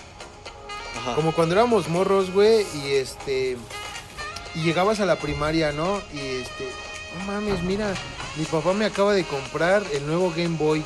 S3: Ajá.
S1: Como cuando éramos morros, güey, y este. Y llegabas a la primaria, ¿no? Y este. No mames, mira, mi papá me acaba de comprar el nuevo Game Boy.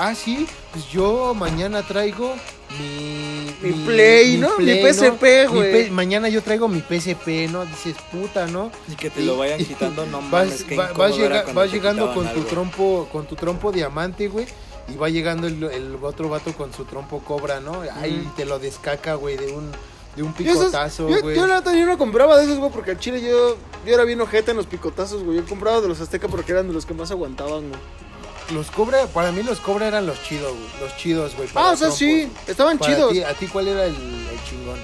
S1: Ah, sí, pues yo mañana traigo mi.
S2: Mi Play, ¿no? Mi PSP,
S1: Mi
S2: güey.
S1: P- mañana yo traigo mi PSP, ¿no? Dices, puta, ¿no?
S3: Y que te lo vayan quitando, no mames,
S1: Vas,
S3: qué
S1: va-
S3: incómodo
S1: vas
S3: era
S1: llega-
S3: cuando
S1: vas
S3: te
S1: llegando
S3: quitaban
S1: con tu
S3: algo.
S1: trompo, con tu trompo diamante, güey. Y va llegando el, el otro vato con su trompo cobra, ¿no? Ay,
S3: Mm.
S2: Ujú.
S1: te lo descaca, güey, de un, de un
S2: Yo esos-
S1: picotazo,
S2: yo,
S1: güey.
S2: yo la neta, yo no compraba de esos, güey, porque al chile yo, yo era bien ojete en los picotazos, güey. Yo compraba de los aztecas porque eran de los que más aguantaban, güey.
S1: Los cobra, para mí los cobra eran los chidos, güey. Los chidos, güey. para
S2: Ah, o sea,
S1: trompos.
S2: sí, estaban
S1: Para
S2: chidos.
S1: ti- ¿A ti cuál era el, el chingón?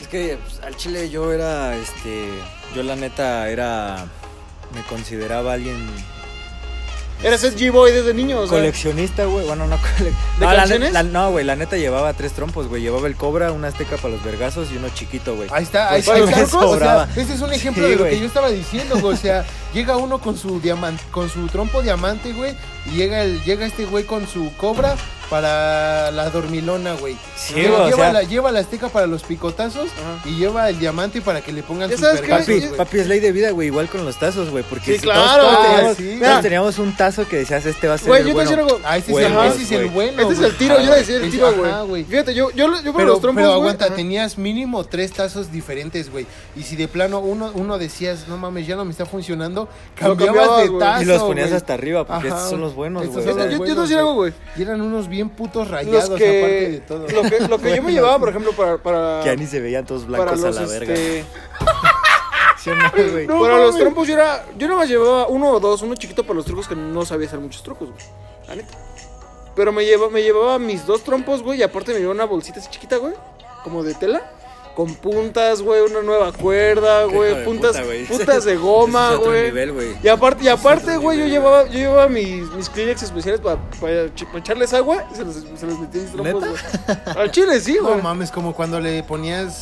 S3: Es que pues, al chile yo era, este, yo la neta era, me consideraba alguien
S2: Eras SG Boy desde niño, o sea.
S3: coleccionista, güey. Bueno, no cole-
S2: ¿De
S3: No, la
S2: canciones?
S3: neta- la- no, güey, la neta llevaba tres trompos, güey. Llevaba el cobra, un azteca para los vergazos y uno chiquito, güey.
S1: Ahí está, ahí,
S3: Pues,
S1: ahí
S3: bueno,
S1: está.
S3: me
S1: O sea,
S3: sobraba.
S1: ese es un ejemplo
S3: Sí,
S1: de lo que
S3: güey.
S1: yo estaba diciendo, güey. O sea, llega uno con su diamante, con su trompo diamante, güey, y llega el, llega este güey con su cobra para la dormilona, güey.
S3: Sí,
S1: Lleva-
S3: güey, o
S1: lleva,
S3: sea-
S1: la, lleva la azteca para los picotazos
S2: Ajá.
S1: y lleva el diamante para que le pongan
S2: Ya
S1: sus
S2: sabes que-
S1: vergazos,
S3: Papi,
S2: yo-
S1: güey.
S3: papi es ley de vida, güey, igual con los tazos, güey, porque
S2: Sí,
S3: si
S2: claro,
S3: todos, todos
S1: ah,
S3: teníamos,
S1: sí.
S3: todos
S2: Mira.
S3: teníamos un tazo que decías, este va a ser
S2: Güey,
S3: el
S2: yo te
S3: bueno.
S2: voy a decir algo.
S1: Ah, ese,
S3: Güey,
S1: es, el, ese es el
S3: güey.
S1: bueno,
S2: Este es
S1: güey. Ah,
S2: el tiro, yo iba a decir el
S1: Ese-
S2: tiro,
S1: ajá,
S2: güey. Fíjate, yo, yo, yo por
S1: Pero,
S2: los trompos,
S1: pero
S2: güey,
S1: aguanta,
S2: ajá.
S1: tenías mínimo tres tazos diferentes, güey. Y si de plano uno, uno decías, no mames, ya no me está funcionando, cambiabas
S2: cambiabas,
S1: de
S2: güey.
S1: tazo.
S3: Y los ponías
S1: güey.
S3: hasta arriba, porque
S1: Ajá,
S3: estos son los buenos,
S1: estos
S3: güey.
S1: son
S3: o sea,
S1: los
S2: Yo- yo te voy a
S1: buenos,
S2: decir algo, güey.
S1: Y eran unos bien putos rayados,
S2: Los que,
S1: aparte de todo.
S2: lo que, lo que yo me llevaba, por ejemplo, para, para,
S3: Que ya ni se veían todos
S2: para
S3: blancos a
S2: los,
S3: la verga.
S2: este,
S3: Sí, no, güey.
S2: para los trompos yo era, yo nada más llevaba uno o dos, uno chiquito para los trucos que no sabía hacer muchos trucos, güey. La neta. Pero me, lleva, me llevaba mis dos trompos, güey, y aparte me llevaba una bolsita así chiquita, güey, como de tela. Con puntas, güey, una nueva cuerda,
S3: Hijo
S2: güey,
S3: de
S2: puntas,
S3: puta, güey.
S2: puntas de goma,
S3: Ese es otro
S2: güey.
S3: nivel, güey.
S2: Y aparte, y aparte,
S3: otro
S2: güey, yo
S3: nivel,
S2: llevaba, yo llevaba mis, mis Kleenex especiales para echarles agua y se los, se los metí en mis trompos, güey. Al chile sí,
S1: No
S2: güey.
S1: mames, como cuando le ponías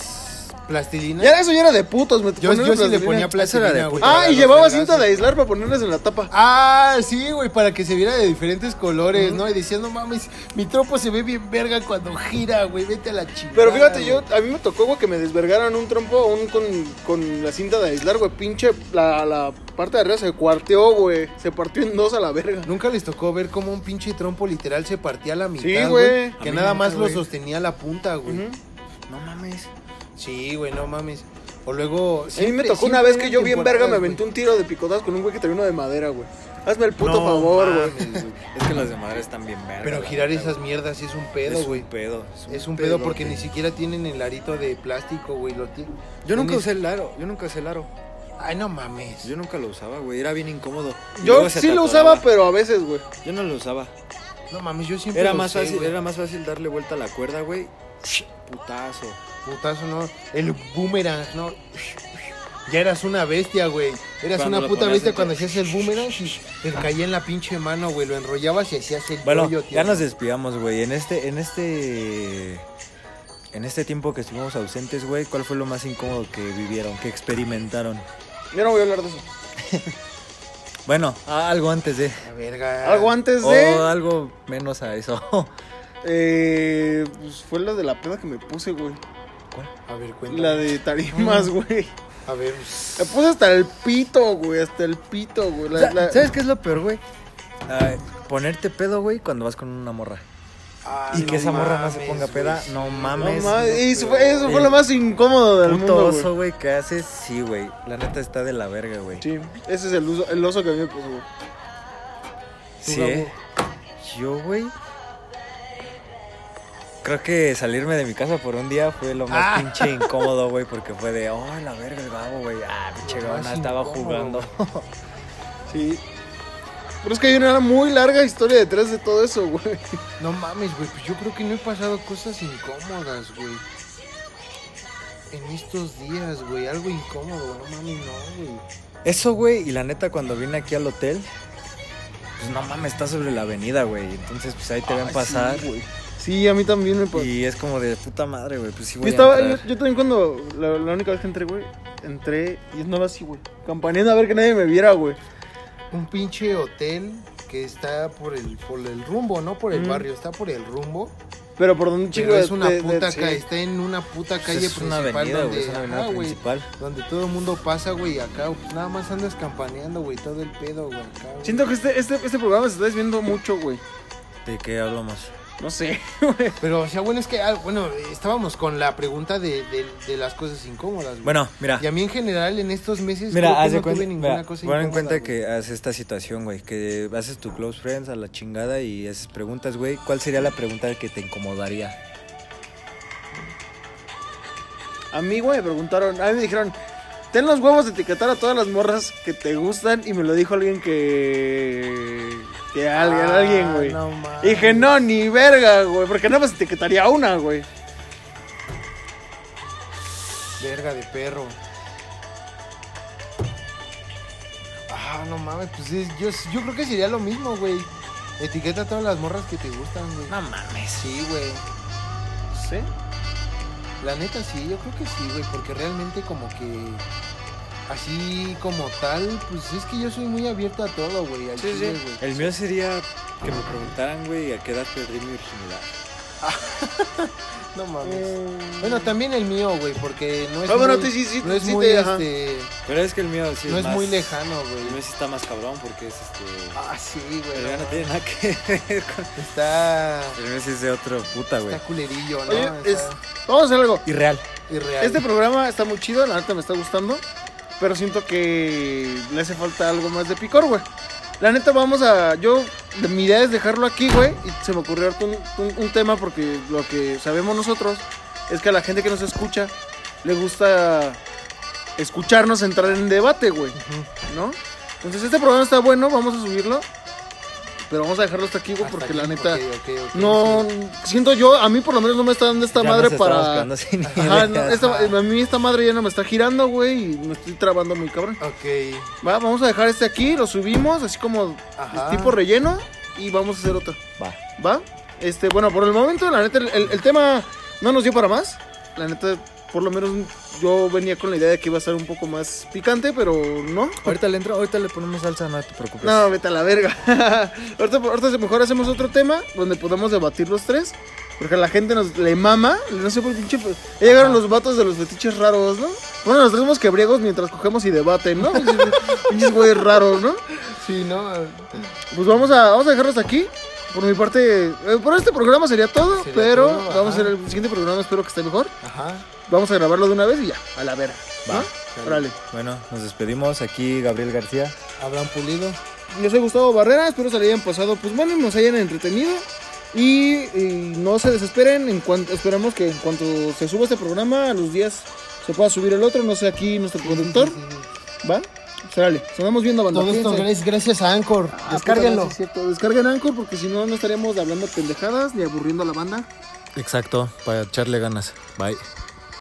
S1: plastilina.
S2: ya eso ya era de putos, me
S1: yo
S2: ponían
S1: yo sí le
S2: plastilina.
S1: ponía
S3: Eso era
S1: plastilina,
S3: de
S1: güey.
S2: Ah,
S1: para
S2: y
S1: los
S2: llevaba
S1: vergazos.
S2: cinta de aislar para ponerles en la tapa.
S1: Ah, sí, güey, para que se viera de diferentes colores, ¿no? Y decías, no mames, mi tropo se ve bien verga cuando gira, güey, vete a la chingada.
S2: Pero fíjate, yo,
S1: güey.
S2: a mí me tocó, güey, que me desvergaran un trompo aún con, con la cinta de aislar, güey. Pinche, la, la parte de arriba se cuarteó, güey. Se partió en dos a la verga.
S1: Nunca les tocó ver cómo un pinche trompo literal se partía a la mitad,
S2: Sí, güey.
S1: güey.
S2: A
S1: Que
S3: mí
S1: nada
S3: nunca,
S1: más lo
S3: güey.
S1: sostenía la punta, güey.
S2: Ujú.
S3: No mames.
S1: Sí, güey, no mames. O luego.
S2: a mí me
S1: siempre-
S2: tocó una
S1: siempre
S2: vez que
S1: eran
S2: yo bien verga me
S1: temporadas,
S2: aventé
S1: güey.
S2: un tiro de picotadas con un güey que traía uno de madera, güey. Hazme el puto
S1: No
S2: favor, güey.
S1: mames, güey.
S3: Es que las de madera están bien verga.
S1: Pero
S3: la
S1: girar
S3: neta,
S1: esas
S3: güey.
S1: mierdas sí es un
S3: Es
S1: pedo,
S3: un
S1: güey.
S3: pedo.
S1: Es un pedo porque
S3: pedote.
S1: ni siquiera tienen el arito de plástico, güey. Lo ti-
S3: Yo nunca
S1: tienen-
S3: usé el aro, yo nunca usé el aro.
S1: Ay, no mames.
S3: Yo nunca lo usaba, güey, era bien incómodo. Y
S2: Yo
S3: luego se
S2: sí lo
S3: atoraba.
S2: usaba, pero a veces, güey.
S3: Yo no lo usaba.
S1: No mames, yo siempre.
S3: Era
S1: lo
S3: más
S1: usé,
S3: fácil,
S1: güey.
S3: era más fácil darle vuelta a la cuerda, güey. Putazo.
S1: Putazo, ¿no? El boomerang, ¿no? Ya eras una bestia, güey. Eras
S3: Cuando
S1: una
S3: lo
S1: puta
S3: ponías
S1: bestia
S3: en-
S1: cuando hacías el boomerang y te caía en la pinche mano, güey. Lo enrollabas y hacías el
S3: Bueno,
S1: rollo,
S3: ya nos despidamos, güey. En este en este En este tiempo que estuvimos ausentes, güey, ¿cuál fue lo más incómodo que vivieron, que experimentaron?
S2: Yo no voy a hablar de eso.
S3: Bueno, a- algo antes de...
S1: La verga.
S2: Algo antes
S3: O
S2: de.
S3: algo menos a eso.
S2: Eh, pues fue la de la peda que me puse, güey.
S1: A ver, cuéntame.
S2: La de tarimas, güey.
S1: A ver.
S2: Me puse hasta el pito, güey. Hasta el pito, güey. La- la-
S3: ¿Sabes qué es lo peor, güey? Ay, ponerte pedo, güey, cuando vas con una morra.
S1: Ah,
S3: y que
S1: no
S3: esa morra no se
S1: mames,
S3: ponga
S1: güey,
S3: peda,
S1: sí.
S3: no
S2: No
S3: mames.
S2: mames,
S1: no,
S2: eso,
S1: pero-
S2: fue, eso fue
S3: El
S2: lo más incómodo del
S3: Puto
S2: mundo, güey.
S3: oso, güey, ¿qué haces? Sí, güey. La neta está de la verga, güey.
S2: Sí, ese es el oso, el oso que a mí me puso, güey.
S3: Sí, ¿eh? Yo, güey. Creo que salirme de mi casa por un día fue lo
S2: Ah.
S3: más pinche incómodo, güey, porque fue de, oh, la verga, el babo, güey. Ah, pinche
S1: Lo más
S3: gabana, estaba
S1: incómodo,
S3: jugando.
S2: Sí. Pero es que hay una muy larga historia detrás de todo eso, güey.
S1: No mames, güey. Pues yo creo que no he pasado cosas incómodas, güey. En estos días, güey. Algo incómodo, güey. No mames, no, güey.
S3: Eso, güey, y la neta, cuando vine aquí al hotel, pues no mames, está sobre la avenida, güey. Entonces, pues ahí te ven
S2: Ay,
S3: pasar.
S2: Sí, güey. Sí, a mí también me pasó.
S3: y es como de puta madre, güey, pues sí,
S2: Yo,
S3: voy a
S2: estaba, yo,
S3: entrar.
S2: yo también cuando, la, la única vez que entré, güey, entré y andaba así, güey, campaneando a ver que nadie me viera, güey.
S1: un pinche hotel que está por el por el rumbo, no por el
S2: Mm.
S1: barrio, está por el rumbo.
S2: Pero por donde un
S1: Pero
S2: chingo de-
S1: es una
S2: de- de-
S1: puta
S2: sí.
S1: calle, está en una puta
S3: Pues
S1: calle
S3: es una
S1: principal
S3: avenida,
S1: donde,
S3: güey, es una avenida
S1: ajá, güey,
S3: principal.
S1: donde todo el mundo pasa, güey, acá pues, nada más andas campaneando, güey, todo el pedo, güey, acá. güey.
S2: Siento que este, este, este programa se está desviando mucho, güey.
S3: ¿De qué hablamos?
S2: No sé.
S1: Pero o sea, bueno, es que ah, bueno, estábamos con la pregunta de, de- de las cosas incómodas, güey.
S3: Bueno, mira.
S1: y a mí en general en estos meses creo
S3: Mira,
S1: que
S3: haz de
S1: no tuve
S3: cuenta,
S1: ninguna
S3: mira,
S1: cosa
S3: pon en
S1: incómoda,
S3: cuenta
S1: güey.
S3: que haces esta situación, güey, que haces tu close friends a la chingada y haces preguntas, güey. ¿Cuál sería la pregunta que te incomodaría?
S2: A mí, güey, me preguntaron, a mí me dijeron, ten los huevos de etiquetar a todas las morras que te gustan y me lo dijo alguien que... que alguien,
S1: Ah,
S2: alguien, güey.
S1: no mames.
S2: Y dije, no, ni verga, güey, porque nada más etiquetaría a una, güey.
S1: Verga de perro. Ah, no mames, pues es- yo, yo creo que sería lo mismo, güey. Etiqueta a todas las morras que te gustan, güey.
S3: No mames.
S1: Sí, güey.
S2: ¿Sí?
S1: La neta sí, yo creo que sí, güey, porque realmente como que así como tal, pues es que yo soy muy abierto a todo, güey, al
S2: Sí,
S1: chile,
S2: sí.
S1: güey.
S3: El mío sería que me preguntaran, güey, a qué edad perdí mi virginidad.
S1: No mames. Eh,
S2: Eh,
S1: Bueno, también el mío, güey, porque no es
S2: Ah, bueno,
S1: muy,
S2: tú sí, sí,
S1: no es
S2: sí
S1: muy,
S2: te- ajá.
S1: este,
S3: Pero es que el mío sí
S1: no es
S3: más-
S1: muy lejano,
S3: El mío
S1: güey.
S3: sí está más cabrón porque es este...
S1: Ah, sí, güey.
S3: pero ya
S1: no
S3: no tiene nada que ver con...
S1: mames. Está
S3: El mío sí es de otro puta, güey.
S1: está culerillo, ¿no?
S2: Oye,
S1: Está-
S2: es- vamos a hacer algo.
S3: Irreal.
S1: Irreal.
S2: Este programa está muy chido, la neta me está gustando, pero siento que le hace falta algo más de picor, güey. La neta vamos a, yo, de- mi idea es dejarlo aquí, güey, y se me ocurrió ahorita un, un- un tema porque lo que sabemos nosotros es que a la gente que nos escucha le gusta escucharnos entrar en debate, güey, ¿no? Entonces este programa está bueno, vamos a subirlo, pero vamos a dejarlo hasta aquí, güey,
S1: Hasta
S2: porque
S1: aquí,
S2: la neta...
S1: ok, ok, ok,
S2: No,
S1: sí.
S2: siento yo, a mí por lo menos no me está dando esta
S3: Ya
S2: madre
S3: nos estamos
S2: para...
S3: quedando sin
S2: Ajá, no, eh.
S3: ideas.
S2: esta- a mí esta madre ya no me está girando, güey, y me estoy trabando muy cabrón.
S1: Ok.
S2: Va, vamos a dejar este aquí, lo subimos, así como
S1: Ajá.
S2: tipo relleno, y vamos a hacer otra,
S3: Va.
S2: ¿va? Este, bueno, por el momento, la neta, el, el- el tema no nos dio para más. La neta, por lo menos yo venía con la idea de que iba a ser un poco más picante, pero no.
S3: Ahorita le entro, ahorita le ponemos salsa, no te preocupes.
S2: No, vete a la verga. ahorita, ahorita mejor hacemos otro tema donde podamos debatir los tres. Porque a la gente nos le mama. No sé por qué pinche. pues, Ya llegaron los vatos de los fetiches raros, ¿no? Bueno, nos traemos quebriegos mientras cogemos y debaten, ¿no? Pinches- Pinches güeyes raros, ¿no?
S1: Sí, no.
S2: Pues vamos a, vamos a dejarlos aquí. Por mi parte, eh, por este programa sería todo.
S1: Sería
S2: pero
S1: todo,
S2: vamos a
S1: ajá.
S2: hacer el siguiente programa, espero que esté mejor.
S1: Ajá.
S2: Vamos a grabarlo de una vez y ya, a la verga.
S3: Va.
S2: ¿no? Órale.
S3: Bueno, nos despedimos. Aquí Gabriel García.
S1: Habrán pulido.
S2: Yo soy Gustavo Barrera, espero se le hayan pasado, pues bueno, nos hayan entretenido. Y, y no se desesperen, en cuanto, esperamos que en cuanto se suba este programa, a los días se pueda subir el otro, no sé, aquí nuestro productor, ¿va? Sale, nos vamos viendo, banda.
S1: Todo esto
S2: cuídense.
S1: es gracias a Anchor.
S2: Ah, puta,
S1: Descárguenlo.
S2: no, sí es cierto, Descarguen Anchor porque si no, no estaríamos hablando pendejadas ni aburriendo a la banda.
S3: Exacto, para echarle ganas. Bye.